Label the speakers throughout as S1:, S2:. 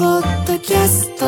S1: キャスト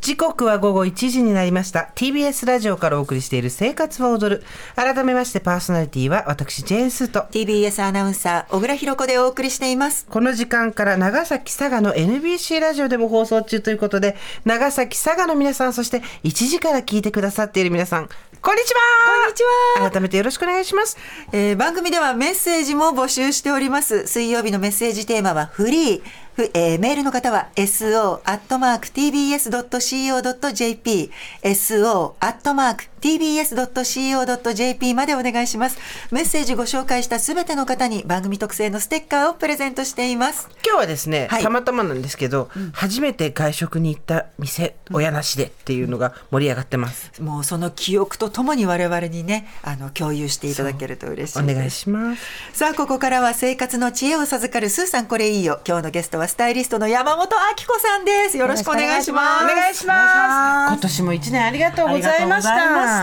S2: 時刻は午後1時になりました TBS ラジオからお送りしている「生活は踊る」改めましてパーソナリティは私ジェーンスーと
S3: TBS アナウンサー小倉弘子でお送りしています
S2: この時間から長崎佐賀の NBC ラジオでも放送中ということで長崎佐賀の皆さんそして1時から聞いてくださっている皆さんこんにちは
S3: こんにちは
S2: 改めてよろしくお願いします
S3: えー番組ではメッセージも募集しております水曜日のメッセージテーマはフリーふえーメールの方は so.tbs.co.jp so.tbs.co.jp までお願いしますメッセージご紹介したすべての方に番組特製のステッカーをプレゼントしています
S2: 今日はですね、
S3: はい
S2: たまたまなんですけど、初めて外食に行った店親なしでっていうのが盛り上がってます、
S3: もうその記憶とともに我々にねあの共有していただけると嬉しい
S2: お
S3: です
S2: 願いします
S3: さあここからは生活の知恵を授かるスーさんこれいいよ今日のゲストはスタイリストの山本明子さんですよろしくお願いします
S2: お願いします。今
S3: す
S2: 年も一年ありがとうございました。
S3: ありがとうございました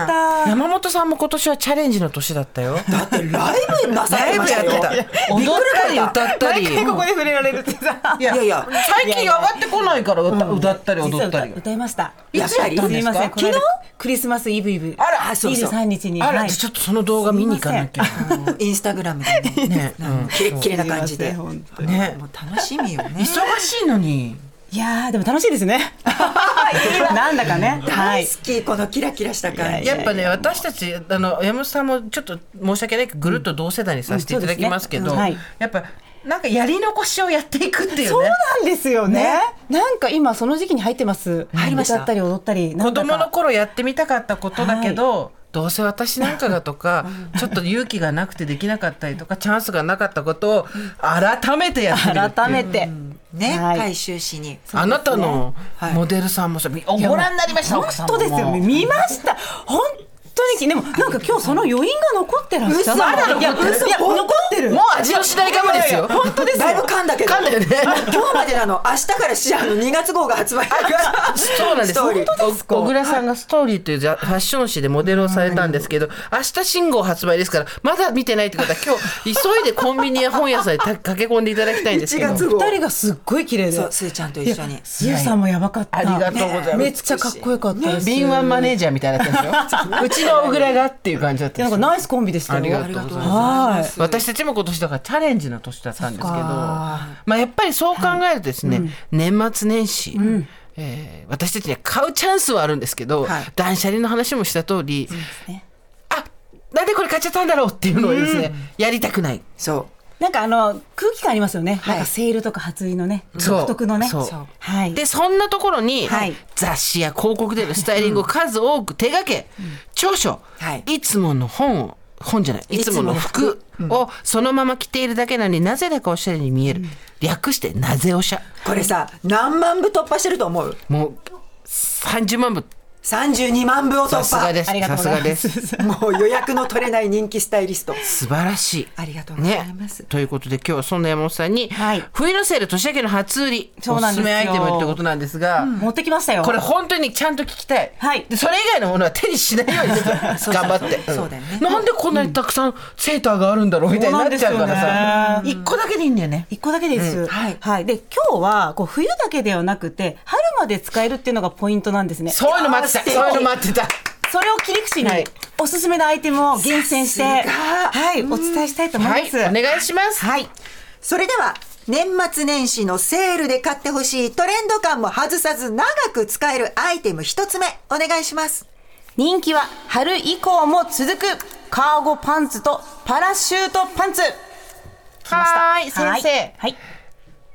S2: 山本さんも今年はチャレンジの年だったよ。
S3: だってライブなさ
S2: ラ
S3: れ
S2: イ
S3: てま
S2: ブ
S3: し
S2: やっ
S3: た
S2: て
S3: よ
S2: た。踊ったり歌ったり。
S4: ここで触れられるってさ。
S3: いやいや
S2: 最近上がってこないから歌,、歌ったり踊ったり
S4: 歌。歌いました。
S2: いつやったん
S4: す
S2: で
S4: い
S2: すか
S4: ません。この間
S2: 昨
S4: クリスマスイブイブ。
S2: あら
S3: あそうそう
S4: 23日に。
S2: あら、
S4: はい
S2: ちょっとその動画見に行かなきゃ。
S3: インスタグラムで
S2: ね、
S3: ね
S2: うん
S3: キレッキレな感じでも
S4: 本当に
S2: ね
S3: う楽しみよね
S2: 忙しいのに。
S4: いやーでも楽しいですね。なんだかね。 は
S3: 大
S4: い
S3: 好。きこのキラキラした感じ
S2: やっぱね私たちあの山本さんもちょっと申し訳ないけどぐるっと同世代にさせていただきますけど、
S4: うんうんそうですね
S2: やっぱなんかやり残しをやっていくっていうね
S4: そうなんですよね。なんか今その時期に入ってます。入
S3: りました
S4: 歌ったり踊ったり。な
S2: 子
S4: んだか
S2: 供の頃やってみたかったことだけど、どうせ私なんかがとか、ちょっと勇気がなくてできなかったりとかチャンスがなかったことを改めてやってみるっていう
S4: 改めて。
S3: ね
S4: はい
S3: 回収しに
S2: あなたの
S3: はい
S2: モデルさんもさ、おご覧になりました奥さん
S4: 本
S2: も
S4: 当ですよね。見ました。本当にでもなんか今日その余韻が残ってらっしゃる。
S2: まだ残ってる
S4: いや嘘いや残ってる。
S2: もう味のしないかもですよ
S4: 本当ですよ
S3: だいぶ噛んだけど
S2: 噛んだよね
S3: 今日までなの明日からしあの2月号が発売
S2: そうなんです
S3: ストーリー
S2: お小倉さんが「ストーリー」というジャファッション誌でモデルをされたんですけど明日信号発売ですからまだ見てないって方は今日急いでコンビニや本屋さんにた 駆け込んでいただきたいんですけど
S3: 1月号
S4: 二人がすっごい綺麗で。
S3: そうスーちゃんと一緒に
S4: いやスーさんもやばかった。
S2: ありがとうございます
S4: めっちゃかっこよかったです。
S2: 敏腕マネージャーみたいになって るんですようちの小倉がっていう感じだっ
S4: いや
S2: た
S4: なん
S2: んですよ
S4: かナイスコンビでしたよ。
S2: ありがとうございます
S4: はい。
S2: 私たちも今年だからチャレンジの年だったんですけど
S4: そっか
S2: まあ、やっぱりそう考えるとですね、年末年始、えー私たちには買うチャンスはあるんですけど、
S3: はい
S2: 断捨離の話もした通り、あなんでこれ買っちゃったんだろうっていうのをですね、やりたくない。
S3: そう
S4: なんかあの空気感ありますよね。
S3: はい
S4: なんかセールとか初売りのね、
S2: そう
S4: 独特のね。
S2: そう
S4: はい。
S2: でそんなところに、
S4: はい
S2: 雑誌や広告でのスタイリングを数多く手掛け、長所、
S3: はい
S2: い、つもの本を本じゃないいつもの服をそのまま着ているだけなのになぜだかおしゃれに見える、略してなぜおしゃ
S3: これさ何万部突破してると思う
S2: もう30万部
S3: 32万部を突
S2: さ
S3: 破
S2: すがです
S4: ありがと
S2: さ
S4: うご
S2: す
S4: ざ
S2: が
S4: いま。
S2: ですす
S3: もう予約の取れない人気スタイリスト
S2: 素晴らしい
S3: ありがとうございます
S2: ね、ということで今日はそんな山本さんに、
S4: はい
S2: 冬のセール年明けの初売り
S4: そう
S2: おす
S4: なん
S2: す
S4: です
S2: め
S4: よ
S2: アイテムってことなんですが、
S4: 持ってきましたよ。
S2: これ本当にちゃんと聞きたい、
S4: はい
S2: でそれ以外のものは手にしないよう にする頑
S3: そうそう
S2: 張って
S3: そうだよね
S2: なんでこんなにたくさんセーターがあるんだろうみたいになっちゃうから
S4: そう
S2: さ
S4: な、ん
S2: 一個だけでいいんだよね
S4: 一個だけです。
S3: はい
S4: はい。で今日はこう冬だけではなくて春まで使えるっていうのがポイントなんですね。
S2: そういうの待ってた
S3: いやー
S2: そういうの待ってた
S4: それを切り口に、
S2: はい
S4: おすすめのアイテムを厳選して、
S3: さすが
S4: はい、お伝えしたいと思い
S2: は
S4: ま
S2: い
S4: す。
S2: お願いします
S3: はいそれでは年末年始のセールで買ってほしいトレンド感も外さず長く使えるアイテム一つ目お願いします
S4: 人気は春以降も続く、カーゴパンツとパラシュートパンツ。
S2: はーい先生、
S4: はい。はい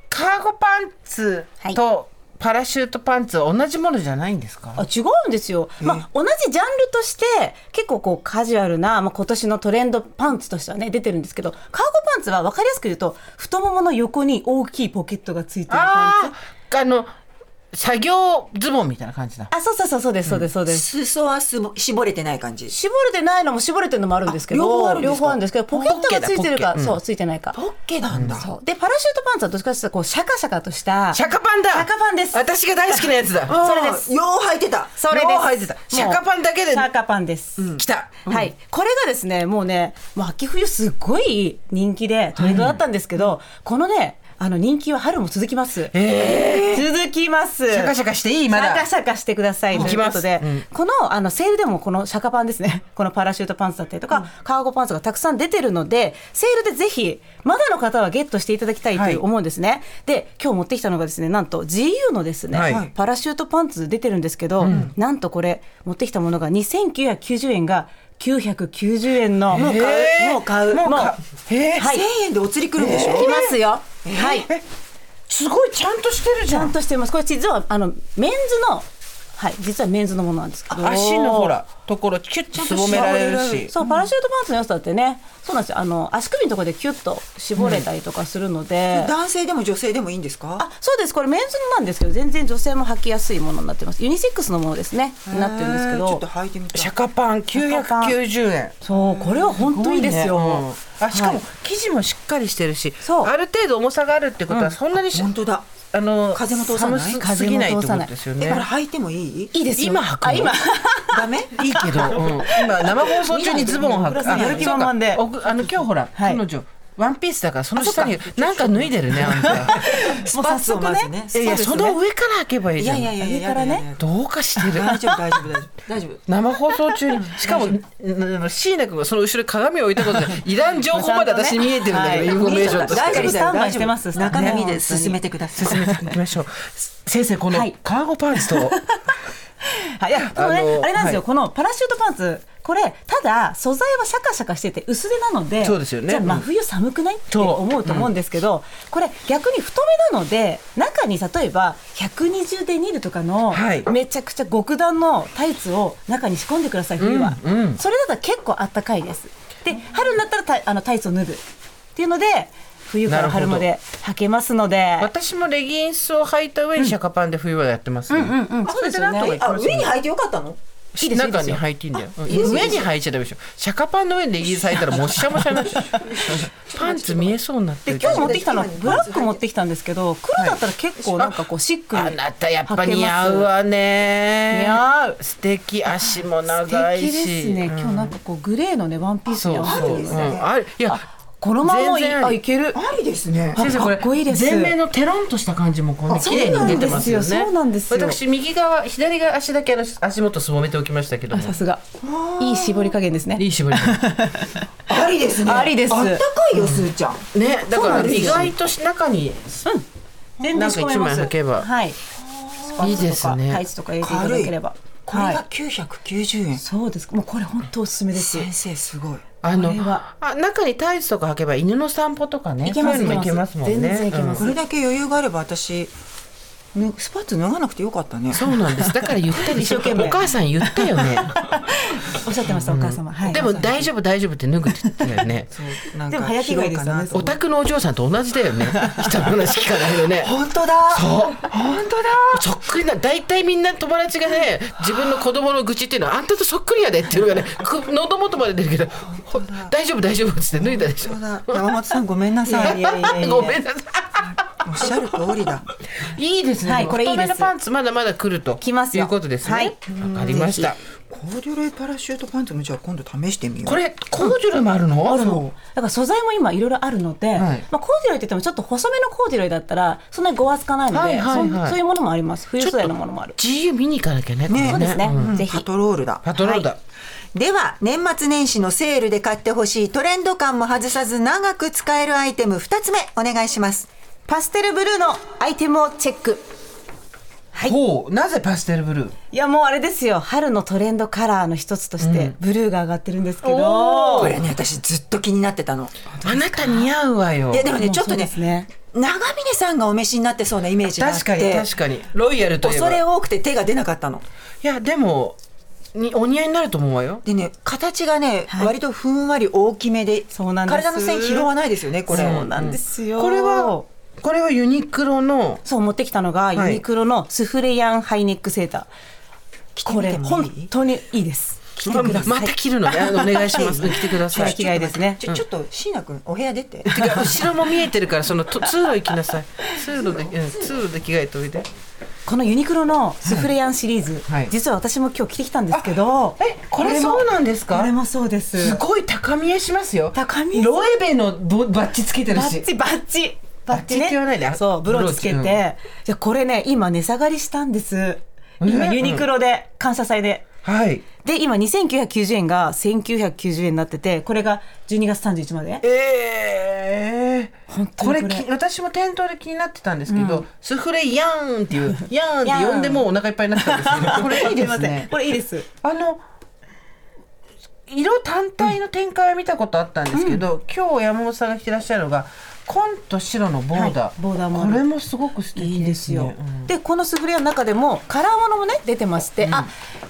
S2: カーゴパンツとパラシュートパンツは同じものじゃないんですか、
S4: あ違うんですよ、まあ、同じジャンルとして結構こうカジュアルな、まあ、今年のトレンドパンツとしてはね出てるんですけどカーゴパンツは分かりやすく言うと太ももの横に大きいポケットがついてるパン
S2: あああの作業ズボンみたいな感じだ
S4: ツあそうそうそうそうですそうですそうです、
S3: 裾はすも絞れてない感じ
S4: 絞れてないのも絞れてるのもあるんですけど
S3: あ両方あるんですか
S4: 両方あるんですけどポケットがついてるか
S2: ポッケだポッケうん
S4: そうついてないか
S3: ポッケなんだ
S4: そうでパラシュートパンツはどっちかというとこうシャカシャカとした
S2: シャカパンだ
S4: シャカパンです
S2: 私が大好きなやつだ
S3: あー
S4: それです
S3: よう履いてた
S4: それです
S2: もう入ってたシャカパンだけで
S4: シャカパンです、
S2: 来た、
S4: はい、これがですねもうねもう秋冬すっごい人気でトレンドだったんですけど、このねあの人気は春も続きます。
S2: え
S4: 続きます。
S2: ー、シャカシャカしていいまだ
S4: シャカシャカしてください
S2: 行
S4: とい
S2: き
S4: う
S2: ま
S4: こ
S2: す
S4: とで、
S2: うん
S4: このあのセールでもこのシャカパンですねこのパラシュートパンツだったりとか、カーゴパンツがたくさん出てるのでセールでぜひまだの方はゲットしていただきたいと
S2: はい
S4: いう思うんですね、で今日持ってきたのがですねなんと GU のですね、
S2: はい
S4: パラシュートパンツ出てるんですけど、なんとこれ持ってきたものが2990円が990円のもう
S2: えー
S4: もう買う
S2: もう買うえー
S4: はい
S3: 1000円でお釣り来るんでしょ、
S4: きますよ、はい
S2: すごいちゃんとしてるじ
S4: ち
S2: ゃ
S4: ゃ
S2: ん
S4: んとしてます。これ実はあのメンズのはい実はメンズのものなんですけど。
S2: 足のほらところキュッとすぼめられるし
S4: そうパラシュートパンツの良さってね、そうなんですよ。あの足首のところでキュッと絞れたりとかするので。
S3: 男性でも女性でもいいんですか
S4: あそうですこれメンズのなんですけど全然女性も履きやすいものになってますユニセックスのものですねになってるんですけ
S3: へーちょっと
S4: ど
S3: 履いてみたい
S2: シャカパン990円
S4: そうこれは本当にですよ、
S2: すごいねうんあしかも
S4: はい
S2: 生地もしっかりしてるし、
S4: そう
S2: ある程度重さがあるってことはそんなにし、
S3: 本当だ
S2: あの
S3: 風も通さない
S2: 寒すぎないってことですよ
S3: え
S2: ね
S3: これ履いてもいい
S4: いいですよ
S2: 今履くの
S4: あ今
S3: ダメ
S2: いいけど、 うん今生放送中にズボンを履
S4: 見ない
S2: く
S4: で
S2: あ
S4: やる気満々で
S2: そうかおくあの今日ほら、
S4: はい
S2: 彼女ワンピースだからその下になんか脱いでるねあん た
S3: もう早速ね
S2: いやいや
S4: そ
S2: そう
S4: ですね
S2: の上から履けばいい
S3: い
S2: じゃ
S3: や
S2: ん
S3: いやいやいや
S4: 上からね
S3: やだやだ
S2: どうかしてる
S3: 大丈夫大丈夫大丈夫大丈夫
S2: 生放送中 にしかもあの椎名君がその後ろに鏡を置いたことでいらん情報まで私に見えてるんだけど、
S4: はい
S2: インフォメーションとして
S4: 大丈夫スタンバイ
S3: 大
S4: してます
S3: 丈夫中身
S4: ね
S3: で進めてください
S2: 進めていきましょう先生この
S4: はい
S2: カーゴパンツと、
S4: はい、いやでもね
S2: あ
S4: あ
S2: の
S4: れなんですよ、
S2: はい
S4: このパラシュートパンツこれただ素材はシャカシャカしてて薄手なので
S2: そうですよね
S4: じゃあ
S2: うん
S4: 真冬寒くない、って
S2: そう
S4: 思うと思うんですけど、これ逆に太めなので中に例えば120デニールとかの
S2: はい
S4: めちゃくちゃ極暖のタイツを中に仕込んでください冬は、
S2: うんうん
S4: それだったら結構あったかいですで春になったらタイあのタイツを脱ぐっていうので冬から春まで履けますので
S2: 私もレギンスを履いた上にシャカパンで冬はやってますね、
S4: うんうんうんそうですよね
S2: それでなんとかいき
S3: あ
S2: ますよ
S3: 上に履いてよかったの
S4: いいですよ
S2: 中に履いていいんだよ、うん
S3: いいですよ
S2: 上に履いちゃダメでしょシャカパンの上にレギンス履いたら もっしゃもしゃになっちゃうパンツ見えそうになってる
S4: で今日持ってきたのはブラック持ってきたんですけど黒だったら結構なんかこうシックに
S2: あなたやっぱ似合うわね
S4: 似合う
S2: 素敵足も
S4: 素
S2: 長い
S4: 敵
S2: し
S4: ですね、
S2: うん
S4: 今日なんかこうグレーのねワンピースに合
S2: そう
S4: わせ
S2: そう、
S4: て
S2: う
S4: る
S2: ん、あれいや
S4: このままいい
S2: 全然あり
S4: あいける
S3: ありですね
S4: あ
S2: 先生これ
S4: かっこいいです
S2: 前面のテロンとした感じもこんな綺麗に出てますよね
S4: そうなんですよそうなんです
S2: 私右側左側足だけあの足元すぼめておきましたけど
S4: あ
S2: も
S4: さすがいい絞り加減ですね
S2: いい絞り
S3: ありですね
S4: ありです
S3: あったかいよすーちゃん
S2: ねだ
S4: そう
S2: か
S4: な
S2: ら
S4: んです
S2: 意
S4: よ
S2: 外とし中に
S4: 全然仕込め
S2: なん
S4: ま
S2: か一
S4: す
S2: 枚履けば
S4: はい
S2: いいですね
S4: タイツとか入れていただければ
S3: これ
S4: は
S3: が
S4: い
S3: 990円
S4: そうですもうこれ本当おすすめです
S3: 先生すごい
S2: あの
S4: これは
S2: あ中にタイツとか履けば犬の散歩とかね
S4: いけます
S2: そういうのもいけますもんね
S4: 全然いけま
S2: う
S4: す
S2: ん
S3: これだけ余裕があれば私ぬスパッツ脱がなくてよかったね
S2: そうなんですだから言ったり
S4: 一生懸命
S2: お母さん言ったよ ね
S4: おっしゃってましたお母様はい
S2: でも大丈夫大丈夫って脱ぐって言ってたよ ね
S3: そうなん
S4: で
S3: か
S4: も早着替え
S3: 着
S4: ですよね
S3: ようかなと
S2: お
S3: 思って
S2: 宅のお嬢さんと同じだよね人の話聞かないよね
S3: 本当だ
S2: そう
S3: 本当だ
S2: そっくりな大体みんな友達がね自分の子供の愚痴っていうのはあんたとそっくりやでっていうのがねく喉元まで出るけどほ大丈夫大丈夫っつって脱いだでしょ
S3: 本当だ山本さんごめんなさい
S4: いやいやいや
S2: ごめんなさ
S3: おっしゃる通りだ
S2: いいいですね、
S4: はい
S2: でも
S4: これいいです
S2: 太めのパンツまだまだ来ると
S4: 来ますよ
S2: いうことですね
S4: は
S2: わ、
S4: い
S2: かりました
S3: コーデュロイパラシュートパンツもじゃあ今度試してみよう
S2: これコーデュロイもあるの、
S4: だから素材も今いろいろあるので、
S2: はい
S4: まあ、コーデュロイって言ってもちょっと細めのコーデュロイだったらそんなにごわつかないので、
S2: はいはいはい
S4: そんそういうものもあります冬
S2: ちょっ
S4: 素
S2: と
S4: 材のものもある
S2: GU 見に行かなきゃねこれね
S4: そうですね、
S2: ん
S4: ぜひ
S3: パトロールだ
S2: パトロールだ、
S3: では年末年始のセールで買ってほしいトレンド感も外さず長く使えるアイテム2つ目お願いします
S4: パステルブルーのアイテムをチェックはい
S2: ほうなぜパステルブルー
S4: いやもうあれですよ春のトレンドカラーの一つとしてブルーが上がってるんですけど、
S3: これね私ずっと気になってたの
S2: あなた似合うわよ
S3: いやでもねちょっと
S4: そうで
S3: ね
S4: すね
S3: 長峰さんがお召しになってそうなイメージがあって
S2: 確かに確かにロイヤルといえば
S3: 恐れ多くて手が出なかったの
S2: いやでもにお似合いになると思うわよ
S3: でね形がね、割とふんわり大きめで
S4: そうなんです
S3: 体の線拾わないですよねこれ
S4: そうなんですよ
S2: これはこれはユニクロの
S4: そう持ってきたのがユニクロのスフレヤンハイネックセーター、
S3: て
S4: こ
S3: み
S4: れ
S3: てもいい
S4: 本当にいいです着てください
S2: また着るのねあのお願いし ます着てください
S4: 着替えですね
S3: ちょちょっと椎名君お部屋出て
S2: てか後ろも見えてるからそのと通路行きなさい通路でうん通路で着替えておいで
S4: このユニクロのスフレヤンシリーズ、
S2: はい
S4: 実は私も今日着てきたんですけど
S2: えこれそうなんですか
S4: これもそうです
S2: すごい高見えしますよ
S4: 高見え
S2: ロエベのボバッチつけてる
S4: バ
S2: し
S4: ッチバッチバッチ
S2: あ地球はないね
S4: ね。そう、ブローチつけて。
S2: ブローチ
S4: いや、これね、今値下がりしたんです。今、
S2: うん
S4: ユニクロで、感謝祭で。
S2: はい。
S4: で、今、2990円が1990円になってて、これが12月31まで。
S2: ええ
S4: 本当
S2: こ
S4: にこ
S2: れ
S4: れ
S2: き私も店頭で気になってたんですけど、スフレヤーンって いう「ヤーン」って呼んでもうお腹いっぱいになったんですけどこれいいですね
S4: これいいです。
S2: あの色単体の展開は見たことあったんですけど、今日山本さんが着てらっしゃるのが紺と白のボーダー、
S4: はいボーダーもあ
S2: こ
S4: る
S2: れもすごく素敵です、ね、
S4: いいですよ。
S2: うん
S4: で、このスフレの中でも、カラーものもね、出てまして、あ、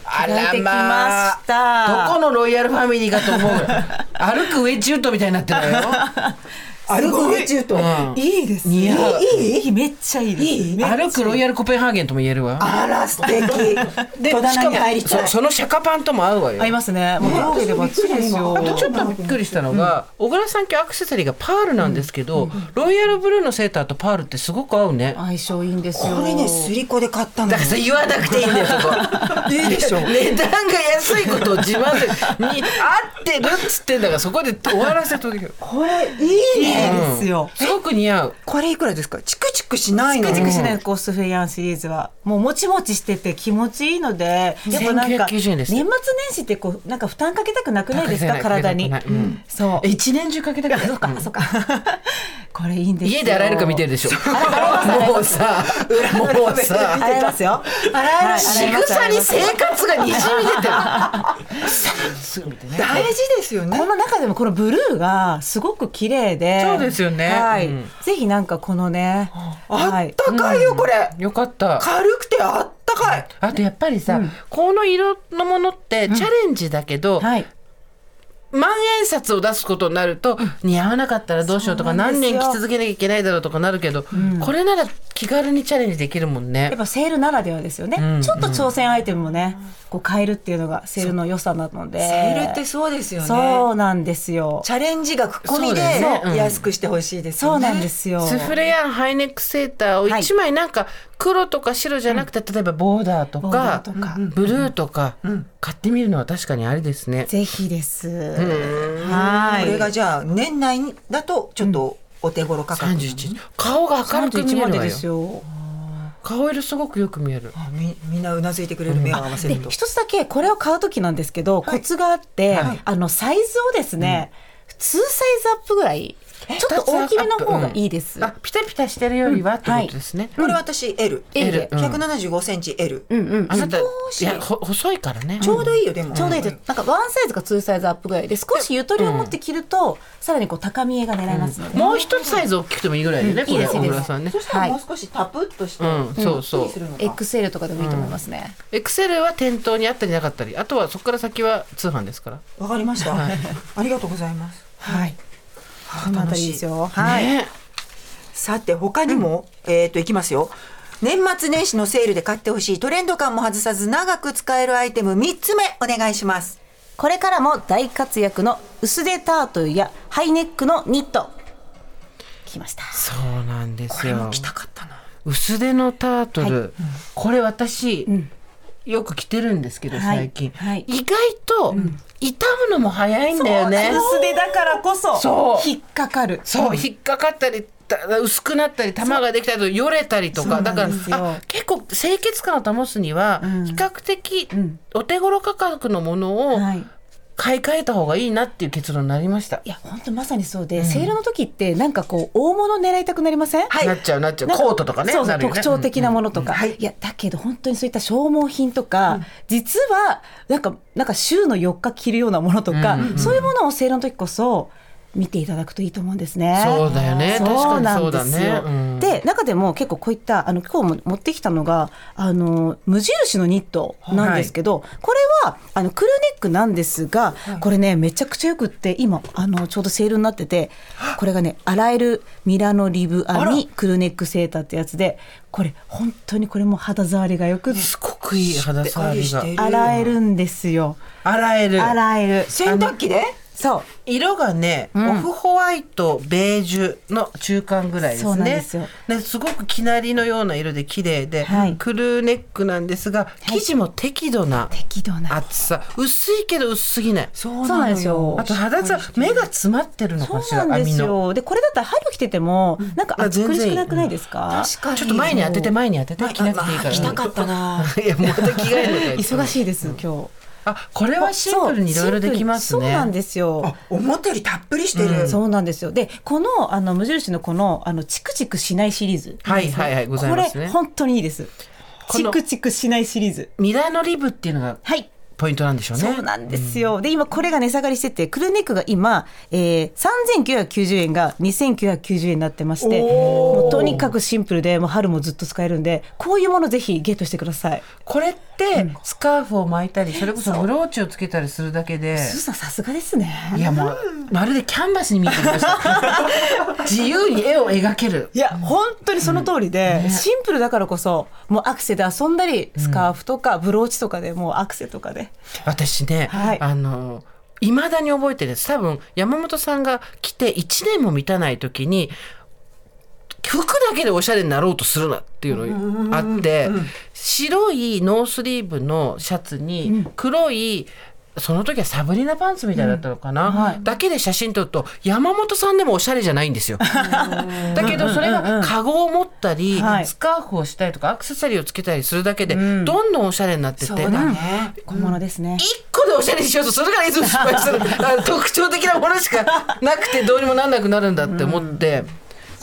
S2: あ
S4: 着替え
S2: ら
S4: てき
S2: ま
S4: ま
S2: あ
S4: した。
S2: どこのロイヤルファミリーかと思う歩くウェッジウッドみたいになってる のよ
S3: 歩く上中と。
S2: うん
S4: いいですね。
S2: 似合う
S4: いいめっちゃいいです。めっちゃいい
S2: 歩くロイヤルコペンハーゲンとも言えるわ
S3: あら、素敵。
S2: で
S3: 戸
S2: し
S3: 棚
S2: か
S3: に入り
S2: も
S3: た
S2: そ
S3: い。
S2: そのシャカパンとも合うわよ
S4: 合いますね。もうロケでばっちりですよ。
S2: あとちょっとびっくりしたのが、小倉さん今日アクセサリーがパールなんですけど、ロイヤルブルーのセーターとパールってすごく合うね。
S4: 相性いいんですよ。
S3: これね、すりこで買ったの
S2: だか
S3: よ。
S2: らさ言わなくていいんだよ そこいいでしょ値段が安いことを自慢するに合ってるっつってんだからそこで終わらせとけよ
S3: これ、いいね。
S4: いいですよ。
S2: すごく似合う
S3: これいくらですかチクチクしないの
S4: クチクしないコースフェイアンシリーズはもうもちもちしてて気持ちいいのでやっぱなんか年
S2: 1990
S4: 末
S2: 円で
S4: 年
S2: すよ
S4: 始ってこうなんか負担かけたくなくないですか体に
S2: かけたくないうん
S4: そ
S2: え
S4: う
S2: 一年中かけた
S4: あ
S2: か
S4: そうか そうかこれいいんですよ
S2: 家で洗えるか見てるでしょもう さもうさ
S4: 洗いますよ洗える
S2: 仕草に生活がにじみ出てるさすぐ見てね
S3: 大事ですよね
S4: この中でもこのブルーがすごく綺麗で
S2: そうですよね
S4: はい
S2: うん
S4: ぜひなんかこのね
S3: あ
S4: はい
S3: ったかいよこれ
S2: よかった
S3: 軽くてあったかい
S2: あとやっぱりさ、この色のものってチャレンジだけど、
S4: はい
S2: 万円札を出すことになると、似合わなかったらどうしようとか
S4: そうなん
S2: 何
S4: です
S2: 年
S4: よ
S2: 着続けなきゃいけないだろうとかなるけど、これなら気軽にチャレンジできるもん
S4: やっ
S2: ね。
S4: ぱセールならではですよね、
S2: うん
S4: ちょっと挑戦アイテムもねこう変えるっていうのがセールの良さなので
S3: そうですよ
S4: そうなんですよ
S3: チャレンジ額込み
S2: そう
S3: で
S2: ですねうん
S3: 安くしてほしいです
S4: そ
S3: よ
S4: う
S3: ね
S4: なんですよ
S2: スフレやハイネックセーターを1枚なんか黒とか白じゃなくて、例えばボーダーと
S4: ボーダ
S2: か
S4: ーとか
S2: ブルーとか買ってみるのは確かにありですね。
S4: ぜひです
S3: こ
S4: は
S3: れ
S4: い
S3: がじゃあ年内だとちょっとお手頃価格なの
S2: 31顔が明るく見
S4: 31
S2: え
S4: ま
S2: る
S4: で
S2: わ
S4: で
S2: よ
S4: すよ
S2: 顔色すごくよく見える。
S3: あみみんなうなずいてくれる目を合わせ
S4: で
S3: ると
S4: 一つだけこれを買う時なんですけど、コツがあって、
S2: はい
S4: あのサイズをですね、2サイズアップぐらいちょっと大きめの方がいいです、
S2: あピタピタしてるよりはってことですね。
S3: これ私 L
S4: L
S2: うん
S3: 175センチ L
S4: うんうん
S2: あなたい
S3: 少し
S2: やほ細いからね。
S3: ちょうどいいよでも
S4: ちょうどいいです、なんかワンサイズかツーサイズアップぐらいで少しゆとりを持って着ると、さらにこう高みえが狙えますので、
S2: もう一つサイズ大きくてもいいぐらいでね、
S4: ん
S2: これ
S4: いいです
S2: 小倉さんね
S3: そ。したらもう少しタプッとして
S2: うんそうそう
S3: ゆっくりするのか
S4: XL とかでもいいと思いますね、
S2: エクセルは店頭にあったりなかったり、あとはそこから先は通販ですから。
S3: わかりましたありがとうございます
S4: はいこ
S3: あ
S4: のあた
S3: 楽
S4: り
S3: し
S4: で
S3: い
S4: すよはい、
S2: ね
S3: さて他にも、えっ、といきますよ年末年始のセールで買ってほしいトレンド感も外さず長く使えるアイテム3つ目お願いします
S4: これからも大活躍の薄手タートルやハイネックのニットきました
S2: そうなんです
S3: これも
S2: よ。
S3: 着たかったな
S2: 薄手のタートル、これ私、よく着てるんですけど、
S4: はい
S2: 最近、
S4: はい
S2: 意外と、傷むのも早いんだよね。
S4: 薄手だからこそ
S2: そう
S4: 引っかかる
S2: そう、引っかかったりた薄くなったり玉ができたりとよれたりとか
S4: そう
S2: だから
S4: そうなんですよ
S2: あ結構清潔感を保つには、比較的お手頃価格のものを
S4: はい
S2: 買い替えた方がいいなっていう結論になりました
S4: い。や本当まさにそうで、セールの時ってなんかこう大物狙いたくなりません
S2: なっちゃうなっちゃう
S4: なん
S2: コートとかね
S4: そうそう
S2: なるよね
S4: 特徴的なものとか、いやだけど本当にそういった消耗品とか、実はなんかなんか週の4日着るようなものとか、そういうものをセールの時こそ見ていただくといいと思うんですね。
S2: そうだよね確かにそうだね
S4: なんですよ
S2: うん
S4: で中でも結構こういったあの今日も持ってきたのがあの無印のニットなんですけど、これはあのクルーネックなんですが、これねめちゃくちゃよくって今あのちょうどセールになっててこれがね洗えるミラノリブ編みクルーネックセーターってやつでこれ本当にこれも肌触りがよくって
S2: すごくいい肌触り
S3: しっかりして
S2: が
S3: る
S4: 洗えるんですよ
S2: 洗える
S4: 洗える
S3: 洗濯機でそう
S2: 色がね、オフホワイトベージュの中間ぐらいですね
S4: そうなんですよ
S2: ねすごくきなりのような色で綺麗で、
S4: はい
S2: クルーネックなんですが生地も適度な
S4: 適度な
S2: 厚さ、薄いけど薄すぎない
S3: そう
S4: そうなんですよ
S2: あと肌触り目が詰まってるのかし
S4: そう
S2: ら
S4: なんで
S2: 網
S4: す
S2: の
S4: よでこれだったら春着ててもなんか
S2: あ
S4: 暑
S2: 全
S4: 苦
S2: 然いい
S4: しくなくないですか
S3: 確かに
S2: ちょっと前に当てて前に当てて着なくていいから、
S3: 来たかったな
S2: いやもうまた着替えるのかよ
S4: 忙しいです今日
S2: あこれはシンプルにいろいろできますね
S4: そうなんですよ
S3: あ思ったよりたっぷりしてる、
S4: そうなんですよでこのあの無印のこのあのチクチクしないシリーズ
S2: はいはいはいございます
S4: これ
S2: ね
S4: 本当にいいです
S2: こ
S4: チ
S2: の
S4: クチクしないシリーズ
S2: ミラノリブっていうのが
S4: はい
S2: ポイントなんでしょうね
S4: そうなんですよ。で、今これが値下がりしてて、クルーネックが今、えー、3990円が2990円になってまして、もうとにかくシンプルで、もう春もずっと使えるんで、こういうものぜひゲットしてください。
S2: これってスカーフを巻いたりそれこそブローチをつけたりするだけで
S4: スーさんさすがです
S2: い
S4: ね。
S2: やもうまるでキャンバスに見えてきました 自由に絵を描ける
S4: いや、本当にその通りで、シンプルだからこそ、もうアクセで遊んだり、スカーフとかブローチとかで、もうアクセとかで。
S2: 私ね、
S4: はい
S2: あのいまだに覚えてるんです多分山本さんが来て1年も満たない時に服だけでおしゃれになろうとするなっていうのがあって白いノースリーブのシャツに黒いその時はサブリナパンツみたいだったのかな、
S4: はい
S2: だけで写真撮ると山本さんでもおしゃれじゃないんですよ。だけどそれがカゴを持ったり、
S4: はい
S2: スカーフをしたりとかアクセサリーをつけたりするだけで、どんどんおしゃれになってて、
S3: そうだね、
S4: 小物ですね。
S2: 一個でおしゃれにしようとするからいつも失敗するあの特徴的なものしかなくてどうにもなんなくなるんだって思って、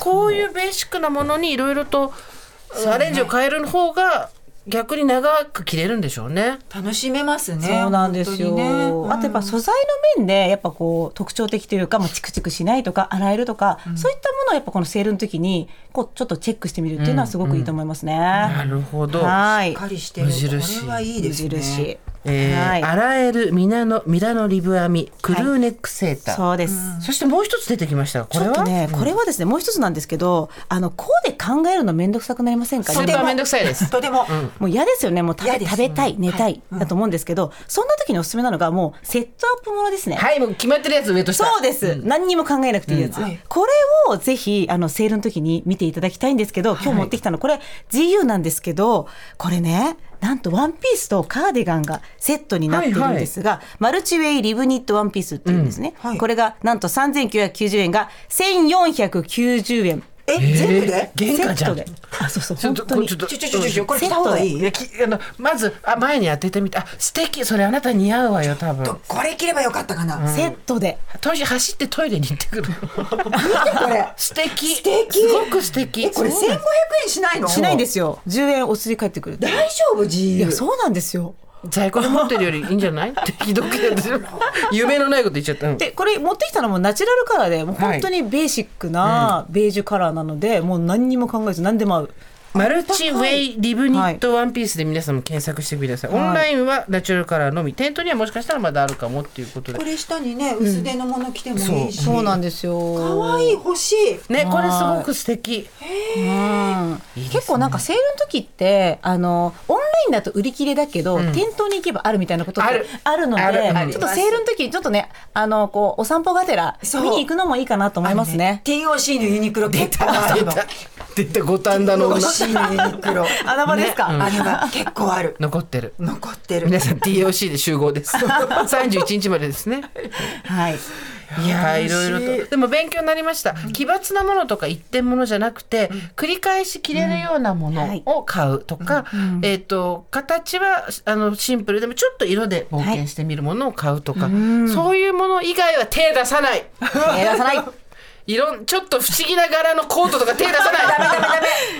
S2: こういうベーシックなものにいろいろとアレンジを変える方が逆に長く着れるんでしょうね。
S3: 楽しめますね
S4: そうなんですよ、
S3: 本当にね
S4: あとやっぱ素材の面でやっぱこう特徴的というかもうチクチクしないとか洗えるとか、そういったものをやっぱこのセールの時にこうちょっとチェックしてみるっていうのはすごくいいと思いますね。
S2: なるほど。
S4: は
S3: し
S4: い
S3: っかりしてる
S2: 無印
S3: これはいい
S4: 無
S3: ですね
S4: 印、
S2: えー
S4: はい
S2: 洗えるミラノミラノリブ編みクルーネックセーター、
S4: そうです、
S2: そしてもう一つ出てきましたがこ
S4: ち
S2: れ
S4: ょっ
S2: は
S4: とね、これはですねもう一つなんですけどあのこうで考えるの面倒くさくなりませんか
S2: スーパーめんどくさいです。
S3: とても、
S4: もう嫌ですよねもう食
S3: 嫌
S4: べ
S3: です
S4: 食べたい寝たい、
S3: うん
S4: だと思うんですけどそんな時におすすめなのがもうセットアップものですね。
S2: はいもう決まってるやつ上と下
S4: そうです、何にも考えなくていいやつ、
S3: うんはい
S4: これをぜひあのセールの時に見ていただきたいんですけど今日持ってきたのこれ GU なんですけどこれねなんとワンピースとカーディガンがセットになっているんですが、マルチウェイリブニットワンピースっていうんですね、
S3: うんはい
S4: これがなんと3990円が1490円
S3: え全部
S2: え
S3: で
S2: ー玄関じゃん
S4: セットであそうそう
S2: ちょっと
S4: 本当に
S2: ちょっと
S3: ちょちょちょちょこれ着た方がいい
S2: いやきあのまずあ前に当ててみてあ素敵それあなた似合うわよ多分
S3: とこれ切ればよかったかな、
S4: セットで
S2: トイレ走ってトイレに行ってくる
S3: これ
S2: 素敵
S3: 素敵
S2: すごく素敵
S3: えこれ
S2: そう
S3: 1500
S2: なん
S3: 円しないの
S4: しないんですよ10円お釣り返ってくる
S3: 大丈夫
S4: い
S3: GU
S4: やそうなんですよ
S2: 在庫で持ってるよりいいんじゃ ないってひどく言うんですよ夢のないこと言っちゃったうん
S4: でこれ持ってきたのもナチュラルカラーでもう本当にベーシックなベージュカラーなので、もう何にも考えず何でも合う
S2: マルチウェイリブニットワンピースで皆さんも検索してください、
S4: はい
S2: オンラインはナチュラルカラーのみ店頭にはもしかしたらまだあるかもっていうことで
S3: これ下にね薄手のもの着てもいいし、
S4: そうなんですよ
S3: かわいい欲しい
S2: ねこれすごく素敵
S4: うん結構なんかセールの時ってあのオンラインだと売り切れだけど、店頭に行けばあるみたいなことっ
S2: あ
S4: て
S2: る
S4: あるので
S2: あるあります
S4: ちょっとセールの時にちょっとねあのこうお散歩がてら
S3: そう
S4: 見に行くのもいいかなと思いますね。
S3: TOC のユニクロ結構あるの
S2: 出た五反田の女
S3: TOC のユニクロ
S4: 穴場ですか、
S3: あれは結構ある
S2: 残ってる
S3: 残ってる
S2: 皆さん TOC で集合 です。31日までですね。
S4: はい
S2: いやー
S3: 嬉
S2: い
S3: しい
S2: ろいろとでも勉強になりました。奇抜なものとか一点ものじゃなくて、繰り返し着れるようなものを買うとか、えっと形はあのシンプルでもちょっと色で冒険してみるものを買うとか、そういうもの以外は手出さない。
S4: えー出さないちょ
S2: いろんちょっと不思議な柄のコートとか手出 さない。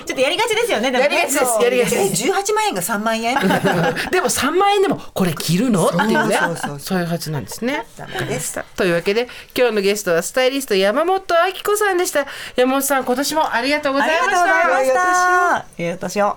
S4: っとやりがちですよねでも
S2: やりがちです。やりがち
S3: え
S2: です。
S3: 18万円が3万円
S2: でも3万円でもこれ着るのっていうね
S3: そうそうそう
S2: そういう感じなんですね。
S3: ダメです
S2: というわけで今日のゲストはスタイリスト山本明子さんでした山本さん今年もありがとうございました
S4: ありがとうございました。ええ、私を。